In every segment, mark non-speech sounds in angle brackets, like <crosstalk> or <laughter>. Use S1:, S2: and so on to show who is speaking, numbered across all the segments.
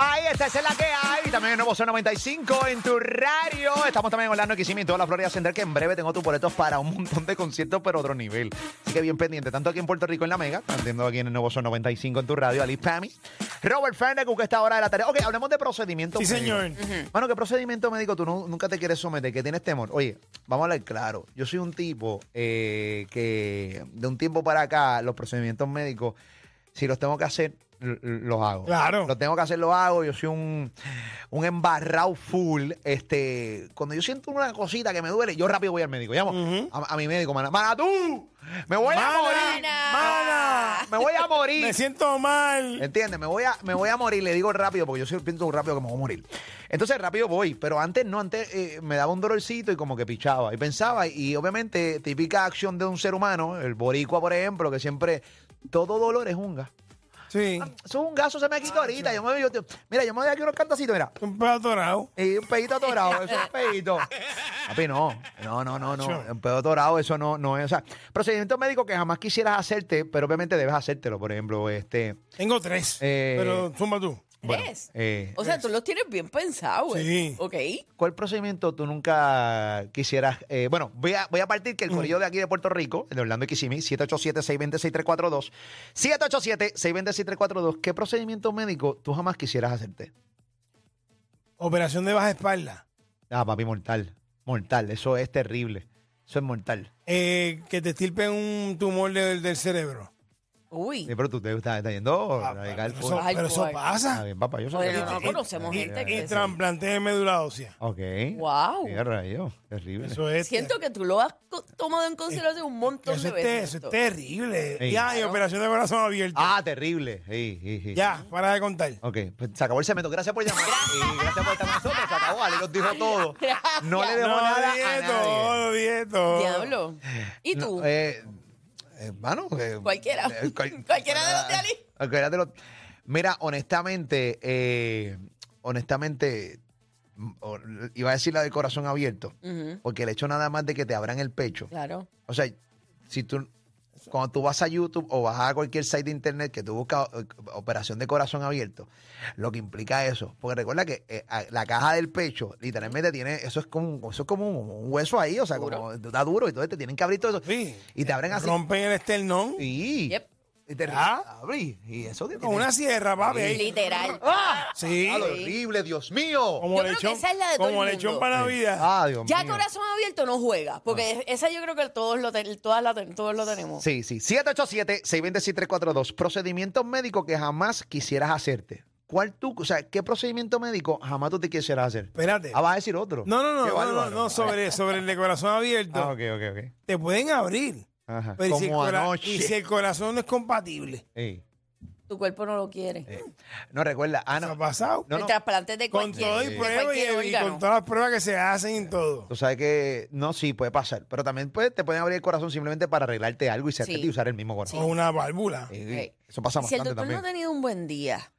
S1: Ahí está, esa es la que hay. También en Nuevo Sol 95 en tu radio. Estamos también en Orlando, Kissimmee, en toda la Florida Central, que en breve tengo tus boletos para un montón de conciertos, pero otro nivel. Así que bien pendiente, tanto aquí en Puerto Rico en La Mega, entiendo aquí en el Nuevo Sol 95 en tu radio, Alice Pami, Robert Fernández, que está ahora de la tarea. Ok, hablemos de procedimientos
S2: Sí, señor.
S1: médicos. Mano, ¿qué procedimiento médico tú nu- nunca te quieres someter? ¿Qué tienes temor? Oye, vamos a hablar claro. Yo soy un tipo eh, que de un tiempo para acá, los procedimientos médicos, si los tengo que hacer, l- l- los hago.
S2: Claro.
S1: Los tengo que hacer, los hago. Yo soy un, un embarrado full. Este, cuando yo siento una cosita que me duele, yo rápido voy al médico. Llamo a, a mi médico, mana. ¡Mana, tú! ¡Me voy a
S2: Mana,
S1: morir!
S2: mana.
S1: ¡Me voy a morir!
S2: <laughs> Me siento mal.
S1: ¿Entiendes? Me voy, a, me voy a morir, le digo rápido, porque yo soy pienso rápido que me voy a morir. Entonces rápido voy, pero antes no, antes eh, me daba un dolorcito y como que pichaba y pensaba, y obviamente típica acción de un ser humano, el boricua por ejemplo, que siempre todo dolor es un gas.
S2: Sí.
S1: Eso es un gaso, se me quita ahorita, yo me voy, yo, te- mira, yo me voy aquí unos cantacitos, mira.
S2: Un pedo atorado.
S1: Y un pedito atorado, eso es un pedito. Papi, no. No, no, no, no.
S2: Chacho.
S1: Un pedo atorado, eso no, no es. O sea, procedimiento médico que jamás quisieras hacerte, pero obviamente debes hacértelo. Por ejemplo, este.
S2: Tengo tres.
S1: Eh,
S2: Pero zumba tú.
S1: bueno,
S3: ¿Tres?
S1: eh,
S3: o sea, tú los tienes bien pensados. ¿eh?
S2: Sí.
S3: Ok.
S1: ¿Cuál procedimiento tú nunca quisieras? eh, bueno, voy a, voy a partir que el corillo de aquí de Puerto Rico, el de Orlando y Kissimmee, 787-620-6342, 787-620-6342, ¿qué procedimiento médico tú jamás quisieras hacerte?
S2: Operación de baja espalda.
S1: Ah, papi, mortal. Mortal, eso es terrible. Eso es mortal.
S2: Eh, que te estirpen un tumor del, del cerebro.
S3: Uy.
S1: Sí, Eh, pero tú te estás, estás yendo
S2: Ah,
S1: radical.
S2: pero
S1: full.
S2: eso,
S3: Ay,
S2: pero eso
S3: boy.
S1: Ah,
S2: pasa.
S1: bien, papá, yo soy
S3: Bueno,
S1: radical.
S3: no conocemos gente
S2: Y
S3: que-
S2: trasplante de médula ósea.
S1: Ok.
S3: Wow.
S1: Qué rayo, terrible.
S2: Eso es.
S3: Siento que tú lo has co- tomado
S2: Eh,
S3: en consideración un montón
S2: eso
S3: de
S2: es,
S3: veces.
S2: te- eso es
S3: esto.
S2: terrible.
S1: Sí.
S2: Ya, y operación de corazón abierto.
S1: Ah, terrible. Sí, sí, sí.
S2: Ya, para de contar.
S1: Ok, pues se acabó el cemento. Gracias por llamar. Y gracias por estar con nosotros. Se acabó. Ale nos dijo todo. No le dejó nada
S2: dije
S1: a nadie.
S2: todo, dije todo.
S3: Diablo. ¿Y tú?
S1: No, eh, hermano, eh,
S3: Cualquiera.
S1: eh, cual- Ah,
S3: <laughs> Cualquiera de los de Ali.
S1: Cualquiera de los- Mira, honestamente, eh, honestamente, mm, o- iba a decir la del corazón abierto,
S3: Ujú,
S1: porque el hecho nada más de que te abran el pecho.
S3: Claro.
S1: O sea, si tú cuando tú vas a YouTube o vas a cualquier site de internet que tú buscas eh, operación de corazón abierto, lo que implica eso, porque recuerda que eh, a- la caja del pecho literalmente tiene eso es como eso es como un, un hueso ahí, o sea, como da duro y todo te tienen que abrir todo eso
S2: Sí. Eh,
S1: y te abren así.
S2: Rompen el esternón
S1: Sí.
S3: Yep.
S1: Y te
S2: Ah.
S1: abrí y eso te
S2: con una sierra, papi. ahí.
S3: Literal.
S2: Sí.
S1: Ah, lo horrible, Dios mío.
S2: Como
S3: Yo creo que
S2: lechón,
S3: esa es la de todo
S2: como
S3: el
S2: lechón
S3: mundo.
S2: para Navidad.
S1: Ah, Dios
S3: Ya
S1: mío.
S3: corazón abierto no juega. Porque esa yo creo que todos lo, ten- todas la ten- todos lo tenemos.
S1: Sí, sí. 787-626-342. Procedimientos médicos que jamás quisieras hacerte. ¿Cuál tú, o sea, qué procedimiento médico jamás tú te quisieras hacer?
S2: Espérate.
S1: Ah, vas a decir otro.
S2: No, no, no,
S1: Qué
S2: no, no,
S1: bárbaro.
S2: no, sobre, sobre el de corazón abierto.
S1: Ah, ok, ok, ok.
S2: Te pueden abrir.
S1: Ajá.
S2: pero Pues, si el
S1: Como
S2: cora-
S1: anoche.
S2: y si el corazón no es compatible.
S1: Ey,
S3: Tu cuerpo no lo quiere.
S1: ey. No recuerda, ah,
S2: ¿Eso ha
S1: no.
S2: pasado?
S1: Eh, No,
S3: el
S1: no.
S3: trasplante es de
S2: Con
S3: cualquier,
S2: todo y
S3: de
S2: pruebas y-
S3: cualquier
S2: y,
S3: órgano.
S2: con todas las pruebas que se hacen y todo.
S1: Tú sabes que no, sí, puede pasar. Pero también pues, te pueden abrir el corazón simplemente para arreglarte algo y hacerte
S3: Sí.
S1: y usar el mismo corazón.
S2: O una válvula.
S1: Ey,
S3: Ey.
S1: Eso pasa
S3: Y Si el
S1: bastante
S3: doctor
S1: también.
S3: no ha tenido un buen día,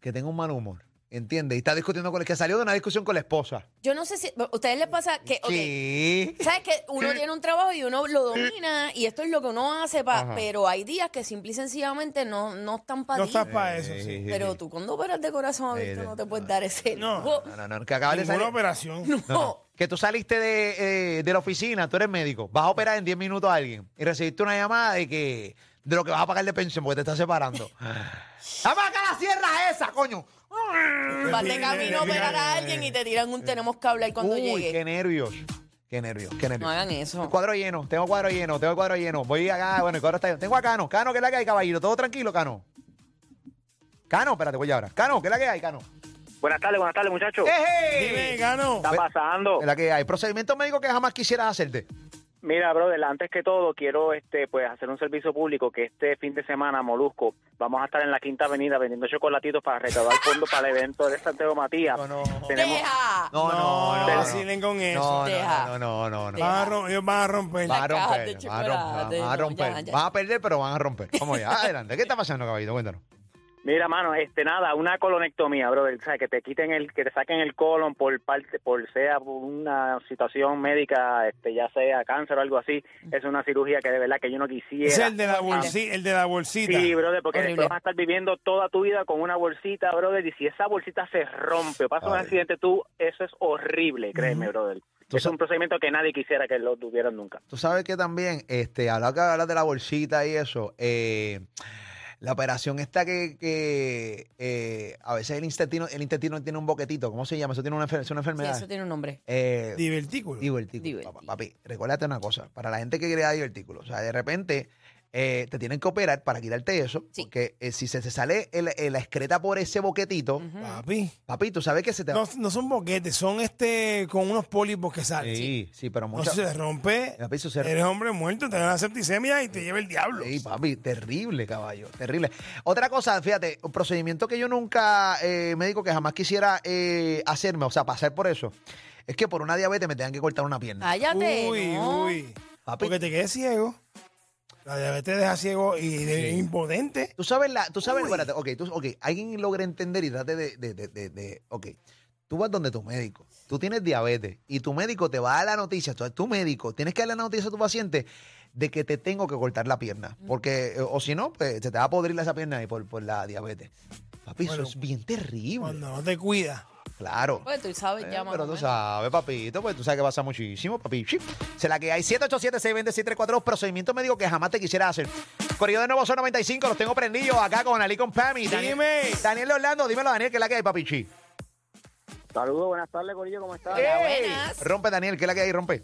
S1: Que tenga un mal humor. ¿Entiendes? Y está discutiendo con el que salió de una discusión con la esposa.
S3: Yo no sé si. ¿A ustedes les pasa que.? Eh, ok,
S1: Sí.
S3: ¿Sabes que uno tiene un trabajo y uno lo domina y esto es lo que uno hace, pa-
S1: Ajá.
S3: pero hay días que simple y sencillamente no, no están para
S2: No
S3: ti.
S2: estás para eso,
S1: Ey,
S2: sí.
S1: ey,
S3: Pero tú cuando operas de corazón
S1: Sí,
S3: abierto
S1: sí.
S3: no te puedes dar ese
S2: No.
S3: lujo.
S1: No, no, no, que acabas de
S2: Ninguna
S1: salir.
S2: operación.
S1: No, no. Que tú saliste de, eh, de la oficina, tú eres médico, vas a operar en 10 minutos a alguien y recibiste una llamada de que de lo que vas a pagar de pensión porque te estás separando. ¡Apaga la sierra esa, coño!
S3: Vas de camino a operar a alguien y te tiran un tenemos que hablar cuando
S1: Uy,
S3: llegue.
S1: qué nervios. Qué nervios, qué nervios.
S3: No hagan eso.
S1: Cuadro lleno, tengo cuadro lleno, tengo cuadro lleno. Voy acá, bueno, el cuadro está lleno. Tengo a Cano, Cano, ¿qué es la que hay, caballero? ¿Todo tranquilo, Cano? Cano, espérate, voy ahora. Cano, ¿qué es la que hay, Cano?
S4: Buenas tardes, buenas tardes, muchachos. ¿Qué
S2: Dime, Gano.
S4: está pasando?
S1: ¿Qué es Eh, la que hay? Procedimiento médico que jamás quisieras hacerte.
S4: Mira, brother, antes que todo quiero este pues hacer un servicio público que este fin de semana Molusco vamos a estar en la Quinta Avenida vendiendo chocolatitos para recaudar fondos para el evento de Santiago Matías.
S1: No, no.
S4: Tenemos
S3: Deja.
S1: No, no, no.
S2: No, vacilen con eso.
S1: No,
S3: Deja.
S1: no, no, no, no.
S2: Van a rom- ellos van a romper.
S1: Van a
S3: Las cajas de
S1: romper, van a romper,
S3: chocolate,
S1: van a
S3: no,
S1: romper.
S3: ya, ya.
S1: Van a perder, pero van a romper. Vamos
S3: <laughs>
S1: allá, adelante. ¿Qué está pasando, caballito? Cuéntanos.
S4: Mira, mano, este nada, una colonectomía, brother, o sea, que te quiten el que te saquen el colon por parte por sea por una situación médica, este ya sea cáncer o algo así, es una cirugía que de verdad que yo no quisiera.
S2: Es el de la
S4: Ah,
S2: bolsita. El de la bolsita.
S4: Sí, brother, porque
S3: Horrible.
S4: después vas a estar viviendo toda tu vida con una bolsita, brother, y si esa bolsita se rompe o pasa un
S1: Ay.
S4: accidente, tú, eso es horrible, créeme, brother.
S1: Tú
S4: Es
S1: sa-
S4: un procedimiento que nadie quisiera que lo tuvieran nunca.
S1: Tú sabes que también, este, hablaba que hablas de la bolsita y eso, eh, la operación esta que, que, eh, a veces el intestino, el intestino tiene un boquetito, ¿cómo se llama? Eso tiene una, enfer- es una
S3: Sí,
S1: enfermedad.
S3: eso tiene un nombre.
S1: Eh,
S2: Divertículo.
S1: divertículo.
S3: Divertículo.
S1: Papá, Papi, recuérdate una cosa, para la gente que crea divertículo, o sea, de repente eh, te tienen que operar para quitarte eso,
S3: Sí.
S1: porque eh, si se te sale el- el- la excreta por ese boquetito,
S2: Papi.
S1: papi, tú sabes que se te va...
S2: No, no son boquetes, son este con unos pólipos que salen.
S1: sí, sí, pero
S2: No
S1: muchas...
S2: se rompe.
S1: Papi, eso se-
S2: Eres hombre muerto, te da una septicemia y te lleva el diablo.
S1: Sí, papi, terrible, caballo, terrible. Otra cosa, fíjate, un procedimiento que yo nunca, eh, médico, que jamás quisiera eh, hacerme, o sea, pasar por eso, es que por una diabetes me tengan que cortar una pierna.
S3: Cállate.
S2: Uy,
S3: no.
S2: uy.
S1: Papi.
S2: Porque te quedes ciego. La diabetes te deja ciego y de- impotente.
S1: Tú sabes, la, tú sabes, espérate, ok, tú, ok, alguien logra entender y trate de, de, de, de, de- ok, tú vas donde tu médico, tú tienes diabetes y tu médico te va a dar la noticia, tu, tu médico, tienes que dar la noticia a tu paciente de que te tengo que cortar la pierna, porque, eh, o si no, pues se te va a podrir esa pierna ahí por, por la diabetes. Papi,
S2: Bueno,
S1: eso es bien terrible.
S2: Cuando no te cuida.
S1: Claro.
S3: Pues tú sabes
S1: Eh,
S3: ya, más
S1: pero
S3: o
S1: tú
S3: menos.
S1: sabes, papito, pues tú sabes que pasa muchísimo, papi. Sí. Se la que hay 787-620-634, procedimiento médico que jamás te quisiera hacer. Corrido de Nuevo Son 95, los tengo prendidos acá con Ali con Pami. Daniel,
S2: Dime.
S1: Daniel Orlando, dímelo, Daniel, que es la que hay, papi. Sí.
S4: Saludos, buenas tardes, Corillo, ¿cómo estás?
S3: Hola, buenas.
S1: Rompe, Daniel, que es la que hay, rompe.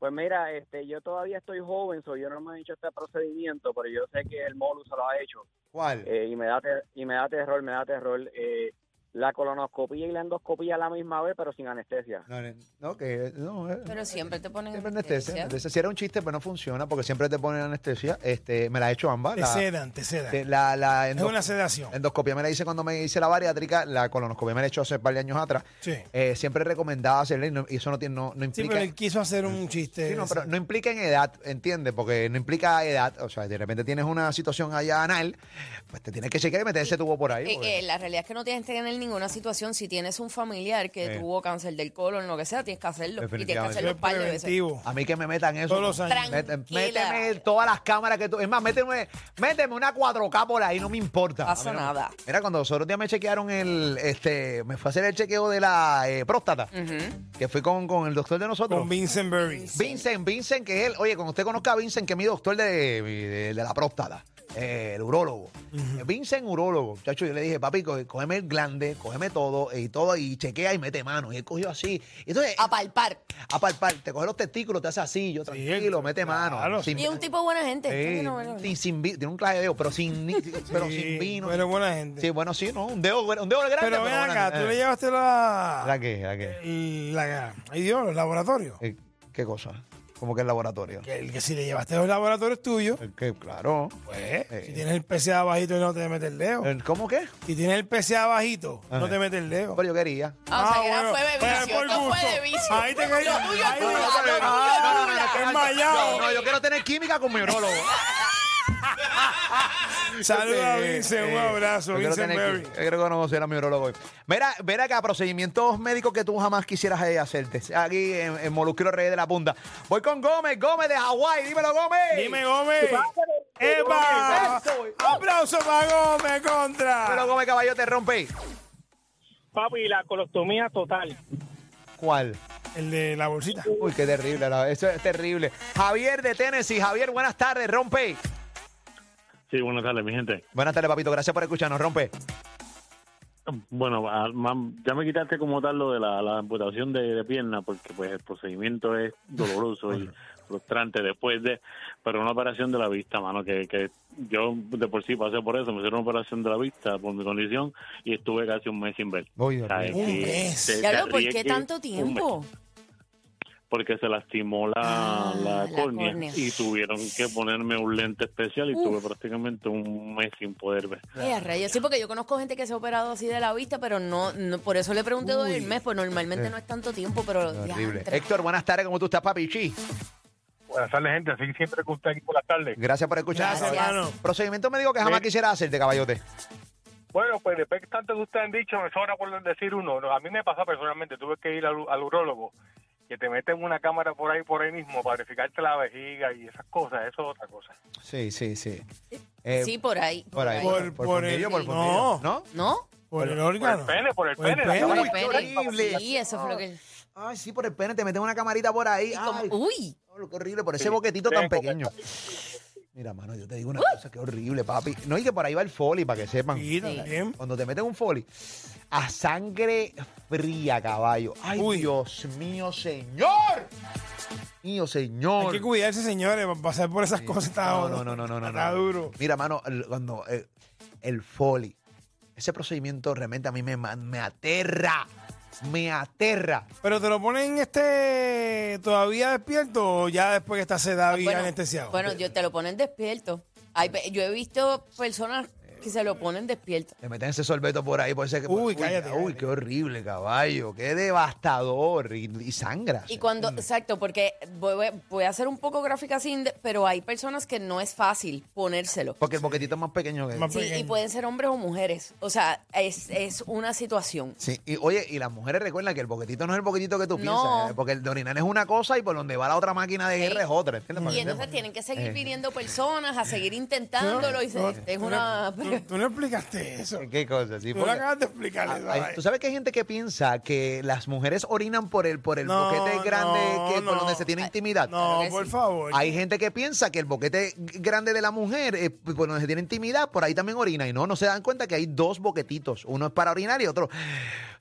S4: Pues mira, este, yo todavía estoy joven, soy yo no me he hecho este procedimiento, pero yo sé que el Molu se lo ha hecho.
S1: ¿Cuál?
S4: eh, y me da ter- y me da terror, me da terror eh, la colonoscopía y la endoscopía a la misma vez, pero sin anestesia.
S1: No, no, no, que no, eh,
S3: Pero siempre te ponen
S1: siempre anestesia. anestesia. Si era un chiste, pues no funciona porque siempre te ponen anestesia. Este, me la he hecho ambas.
S2: Te
S1: La,
S2: sedan, te sedan.
S1: te- la, la
S2: es
S1: endo-
S2: una sedación.
S1: endoscopia me la hice cuando me hice la bariátrica, la colonoscopia me la he hecho hace un par de años atrás.
S2: Sí.
S1: Eh, siempre recomendaba hacerle y, no- y eso no, tiene, no, no
S2: Sí,
S1: implica.
S2: pero él quiso hacer un chiste.
S1: Mm. Sí, no, pero no implica en edad, ¿entiendes? Porque no implica edad. O sea, de repente tienes una situación allá anal, pues te tienes que chequear y meter ese tubo por ahí.
S3: Eh,
S1: porque-
S3: eh, la realidad es que no tienes que tener ninguna situación. Si tienes un familiar que
S1: Sí.
S3: tuvo cáncer del colon, lo que sea, tienes que hacerlo. Y tienes que
S1: Eh. Definitivamente.
S3: hacerlo
S2: es
S3: un par de veces.
S2: preventivo.
S1: a mí que me metan eso.
S2: Todos los años.
S3: Tran-
S1: Mete-
S3: Tranquila.
S1: Méteme todas las cámaras que tú. Es más, méteme, méteme una 4K por ahí, no me importa.
S3: Pasa
S1: A mí no-
S3: nada.
S1: Mira, cuando los otros días me chequearon el. este Me fue a hacer el chequeo de la eh, próstata, que fui con, con el doctor de nosotros.
S2: Con Vincent Berry.
S1: Vincent, Vincent, que es él. Oye, cuando usted conozca a Vincent, que es mi doctor de, de- de la próstata, eh, el urólogo. Vincent, urólogo. Chacho, yo le dije, papi, co- cógeme el glande, cógeme todo eh, y todo, y chequea y mete mano. Y él cogió así. Y Entonces,
S3: A palpar.
S1: a palpar, te coge los testículos, te hace así, yo tranquilo,
S2: claro,
S1: mete mano.
S2: claro.
S1: Sin,
S3: Y es un tipo de buena gente.
S1: eh,
S3: Yo no- no- no.
S1: sin- sin vi- tiene un clave de dedo, pero sin, ni- pero sin vino.
S2: Pero buena gente.
S1: sí, bueno, sí, no, un dedo, un dedo grande.
S2: pero ven
S1: bueno,
S2: acá,
S1: eh,
S2: tú le llevaste la.
S1: ¿La qué? ¿La qué?
S2: la- ay Dios, los laboratorios.
S1: Eh, ¿Qué cosa? Como que el laboratorio.
S2: Que, el que si le llevaste los laboratorios tuyos,
S1: Eh, Que, claro.
S2: pues,
S1: Eh.
S2: si tienes el PCA bajito no te mete el dedo.
S1: Eh, ¿Cómo qué?
S2: Si tienes el PCA bajito, no
S1: Ajá.
S2: te mete el dedo.
S1: Pero yo quería.
S3: Ah, o sea, que era-
S2: bueno,
S3: fue de
S2: pero
S3: vicio,
S2: por
S3: no fue
S2: gusto.
S3: de vicio.
S2: Ahí te caí.
S3: Lo tuyo es
S2: ahí
S3: tuyo,
S2: te-
S3: lo tuyo es
S2: Ah,
S3: tuyo.
S2: que es
S1: No,
S2: Mayao.
S1: no, yo quiero tener química con mi urólogo.
S2: Saludos a Vincent, un
S1: Eh,
S2: abrazo,
S1: yo quiero
S2: Vincent
S1: tener-
S2: Berry.
S1: Yo quiero conocer a mi urólogo. hoy. Mira, ven acá, procedimientos médicos que tú jamás quisieras eh, hacerte. Aquí en, en Molusquero Reyes de la Punta. Voy con Gómez, Gómez de Hawái. Dímelo, Gómez.
S2: Dime, Gómez. ¡Epa!
S1: Eso.
S2: ¡Aplauso para Gómez
S1: Dímelo,
S2: contra!
S1: Gómez, caballo, te rompe.
S5: Papi, la colostomía total.
S1: ¿Cuál?
S2: El de la bolsita.
S1: Uy, qué terrible. la- Eso es terrible. Javier de Tennessee. Javier, buenas tardes, rompe.
S5: Sí, buenas tardes, mi gente.
S1: Buenas tardes, papito. Gracias por escucharnos, rompe.
S5: Bueno, a- ma- ya me quitaste como tal lo de la, la amputación de, de pierna, porque pues el procedimiento es doloroso y frustrante después de, pero una operación de la vista, mano, que, que yo de por sí pasé por eso, me hicieron una operación de la vista por mi condición y estuve casi un mes sin ver.
S1: Uy, Dios
S5: O sea,
S1: mío.
S5: es
S2: Un
S5: que-
S2: mes.
S5: te- te
S3: Diablo, ¿por
S5: arriesgues
S3: qué tanto
S5: un
S3: tiempo?
S5: mes, Porque se lastimó la,
S3: Ah,
S5: la
S3: la
S5: córnea,
S3: córnea.
S5: y tuvieron que ponerme un lente especial y
S3: Uf.
S5: tuve prácticamente un mes sin poder ver.
S3: Eh, rayos. Sí, porque yo conozco gente que se ha operado así de la vista, pero no, no- por eso le pregunté del mes, pues normalmente no es tanto tiempo, pero
S1: Eh. Horrible.
S3: diantre.
S1: Héctor, buenas tardes, ¿cómo tú estás, papi? Chi?
S6: Buenas tardes, gente. Así que siempre que usted aquí por las tardes.
S1: Gracias por escuchar.
S3: Gracias.
S2: hermano.
S1: Procedimiento médico que jamás
S6: Sí.
S1: quisiera hacerte, caballote.
S6: Bueno, pues después que tanto que ustedes han dicho, me sobra por decir uno. No, A mí me pasó personalmente, tuve que ir al, al urólogo, que te meten una cámara por ahí, por ahí mismo, para verificarte la vejiga y esas cosas. Eso es otra cosa.
S1: Sí, sí, sí. Eh,
S3: Sí, por ahí.
S1: por ahí.
S2: Por-
S1: Por,
S2: por
S1: fundillo,
S2: el-
S1: por fundillo.
S2: no.
S1: ¿No?
S3: ¿No?
S2: Por el
S6: Por el
S2: órgano.
S6: pene, por el
S2: Por el
S6: pene. la
S2: pene.
S3: Por
S6: cámara
S3: el
S1: Uy, qué
S3: pene.
S1: horrible.
S3: Sí, eso fue lo que...
S1: Ay, sí, por el pene, te meten una camarita por ahí.
S3: y como-
S1: Ay,
S3: uy,
S1: diablo, qué horrible, por ese boquetito tan pequeño. Mira, mano, yo te digo una cosa, qué horrible, papi. No, y que por ahí va el foli, para que sepan.
S2: Sí, también.
S1: Cuando te meten un foli, a sangre fría, caballo. Ay,
S2: Uy.
S1: Dios mío, señor. Mío, señor.
S2: Hay que cuidarse, señores, para pasar por esas cosas está
S1: No, no,
S2: duro.
S1: no, no, no, no,
S2: Está
S1: no.
S2: duro.
S1: Mira, mano, el- cuando el, el Foley, ese procedimiento realmente a mí me, ma- me aterra. Me aterra.
S2: Pero te lo ponen este todavía despierto o ya después que está sedado y
S3: bueno,
S2: anestesiado.
S3: bueno, yo te lo ponen despierto. Ay, pe- yo he visto personas que se lo ponen despierto.
S1: Le meten ese sorbeto por ahí, por ese que.
S2: Uy, cállate,
S1: Uy,
S2: cállate.
S1: qué horrible, caballo. Qué devastador. Y, y sangra.
S3: Y cuando, exacto, porque voy, voy- voy a hacer un poco gráfica así, pero hay personas que no es fácil ponérselo.
S1: Porque el boquetito es más pequeño que.
S2: Más
S3: Sí, y
S2: pequeño.
S3: pueden ser hombres o mujeres. O sea, es, es una situación.
S1: Sí, y oye, y las mujeres recuerdan que el boquetito no es el boquetito que tú
S3: No.
S1: piensas, ¿eh? porque el de orinar es una cosa y por donde va la otra máquina de guerra es otra. ¿entiendes? Para
S3: Y
S1: que
S3: entonces
S1: sepan.
S3: tienen que
S1: Eh.
S3: seguir viniendo personas a seguir intentándolo. Y se, es
S2: tú
S3: <laughs> una.
S2: no- tú- tú no explicaste eso.
S1: <laughs> ¿Qué cosa? Sí,
S2: Tú lo
S1: porque-
S2: acabas de explicar.
S1: Ah,
S2: eso,
S1: ay,
S2: ay.
S1: Tú sabes que hay gente que piensa que las mujeres orinan por el, por el
S2: No,
S1: boquete grande
S2: no,
S1: que, por
S2: no.
S1: donde se tiene intimidad.
S2: No,
S3: que
S2: por
S3: sí.
S2: favor.
S1: Hay gente que piensa que el boquete grande de la mujer, eh, por donde se tiene intimidad, por ahí también orina. Y no, no se dan cuenta que hay dos boquetitos. Uno es para orinar y otro.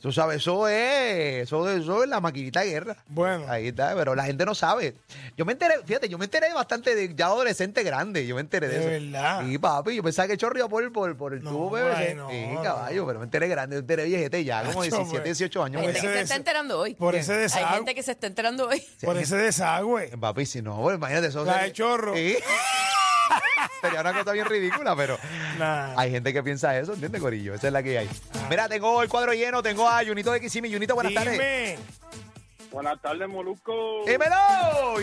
S1: Tú sabes, eso es. Eso, eso es la maquinita de guerra.
S2: Bueno.
S1: Ahí está, pero la gente no sabe. Yo me enteré, fíjate, yo me enteré bastante de ya adolescente grande. Yo me enteré de,
S2: De
S1: eso.
S2: verdad.
S1: Y papi, yo pensaba que chorreó por, por, por el
S2: No,
S1: tubo,
S2: por
S1: bebé.
S2: ahí no,
S1: sí,
S2: no.
S1: caballo, pero me enteré grande, me enteré viejete ya, como
S2: Chacho,
S1: 17,
S2: pues.
S1: 18 años.
S3: Hay gente
S2: ese
S3: que se
S2: des-
S3: está enterando hoy.
S2: Por ese
S3: Hay gente
S2: desagüe.
S3: que se está
S7: <laughs>
S3: enterando hoy.
S2: Por ese desagüe.
S1: Papi, si no, pues, imagínate eso.
S2: La
S1: sería-
S2: de chorro.
S1: Sí. <laughs> Sería una cosa bien ridícula, pero
S2: Nah.
S1: hay gente que piensa eso, ¿entiendes, Corillo? Esa es la que hay. Mira, tengo el cuadro lleno, tengo a Junito de Kisimi. Junito, buenas tardes.
S2: Dime.
S6: Buenas tardes, Molusco.
S1: ¡Dímelo!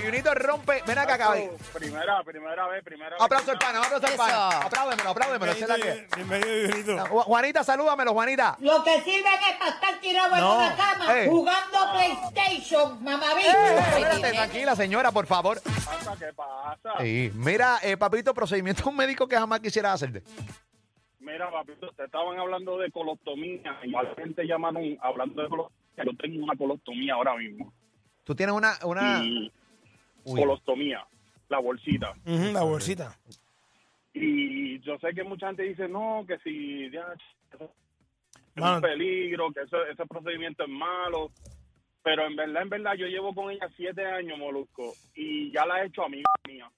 S1: Junito rompe. Ven acá, caballo.
S6: Primera, primera vez, primera vez.
S1: Aplauso al pana, aplauso al
S3: Eso.
S1: pana. Apláudemelo, apláudemelo. esa es la que-
S2: Bienvenido, bienvenido.
S1: Juanita, salúdamelo, Juanita.
S7: Lo que sirven es para estar tirado en
S2: No.
S7: una cama
S1: Eh.
S7: jugando PlayStation,
S1: Eh, eh,
S7: mamabicho.
S1: espérate, tranquila, señora, por favor.
S6: ¿Qué pasa? ¿Qué pasa?
S1: Sí. Mira, eh, papito, procedimiento <laughs> médico que jamás quisiera hacerte.
S6: Mira, papito, te estaban hablando de colostomía. Y la gente llamaron hablando de colostomía. Yo tengo una colostomía ahora mismo.
S1: Tú tienes una... una...
S4: Mm,
S6: Y
S1: Ah. Uy.
S6: colostomía, la bolsita.
S2: Ujú, La bolsita.
S6: Y yo sé que mucha gente dice, no, que si ya, eso es
S2: Mano.
S6: un peligro, que eso- ese procedimiento es malo. Pero en verdad, en verdad, yo llevo con ella siete años, Molusco, y ya la he hecho amiga mía.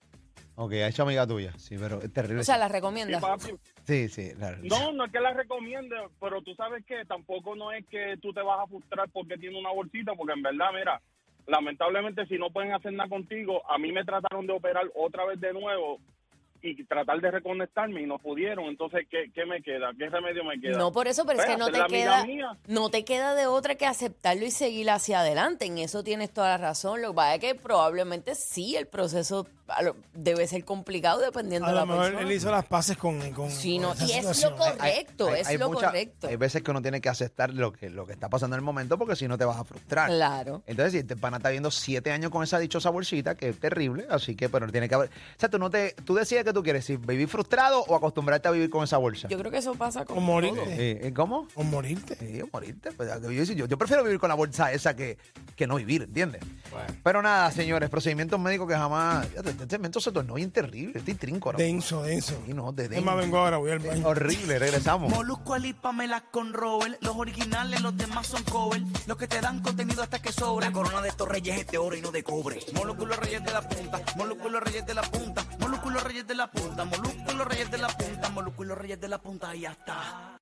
S1: Ok, ha hecho amiga tuya. Sí, pero es terrible.
S3: O sea, las
S6: Sí,
S3: recomiendas.
S6: papi.
S1: Sí, sí. la-
S6: No, no es que la recomiende, pero tú sabes que tampoco no es que tú te vas a frustrar porque tiene una bolsita, porque en verdad, mira, lamentablemente si no pueden hacer nada contigo, a mí me trataron de operar otra vez de nuevo y tratar de reconectarme y no pudieron. Entonces, ¿qué, qué me queda? ¿Qué remedio me queda?
S3: No por eso, pero es
S6: Pues,
S3: que no
S6: hacer
S3: te
S6: la
S3: queda,
S6: amiga mía.
S3: no te queda de otra que aceptarlo y seguir hacia adelante. En eso tienes toda la razón. Lo que pasa es que probablemente sí el proceso a lo- debe ser complicado dependiendo
S2: A
S3: de
S2: lo
S3: la
S2: mejor
S3: persona.
S2: él hizo las paces con, con,
S3: Sí,
S2: con
S3: no,
S2: esa
S3: y es
S2: situación.
S3: lo correcto, es lo
S1: mucha-
S3: correcto.
S1: Hay veces que uno tiene que aceptar lo que, lo que está pasando en el momento porque si no te vas a
S2: "Ah,
S1: frustrar.
S3: Claro.
S1: Entonces, si este pana está viendo siete años con esa dichosa bolsita, que es terrible, así que, pero tiene que haber. O sea, tú no te. Tú decides que que tú quieres? ¿Si vivir frustrado o acostumbrarte a vivir con esa bolsa?
S3: Yo creo que eso pasa
S2: Con
S3: con todo.
S2: morirte.
S1: Eh, eh, ¿Cómo?
S2: Con morirte.
S1: Sí, morirte. pues, yo, yo- yo prefiero vivir con la bolsa esa que, que no vivir, ¿entiendes? Pero nada, señores, procedimientos médicos que jamás. Fíjate, Este segmento se tornó bien terrible, este trinco ahora.
S2: Denso, denso.
S1: Sí, no, de
S2: Es más, vengo ahora, voy al baño.
S1: Horrible, regresamos.
S8: Molusco Alipa me las con Robert. Los originales, los demás son cover. Los que te dan contenido hasta que sobra. La corona de estos reyes es de oro y no de cobre. Molusco y los reyes de la punta. Molusco y los reyes de la punta. Molusco y los reyes de la punta. Molusco y los reyes de la punta. Molusco y los reyes de la punta. Y ya está.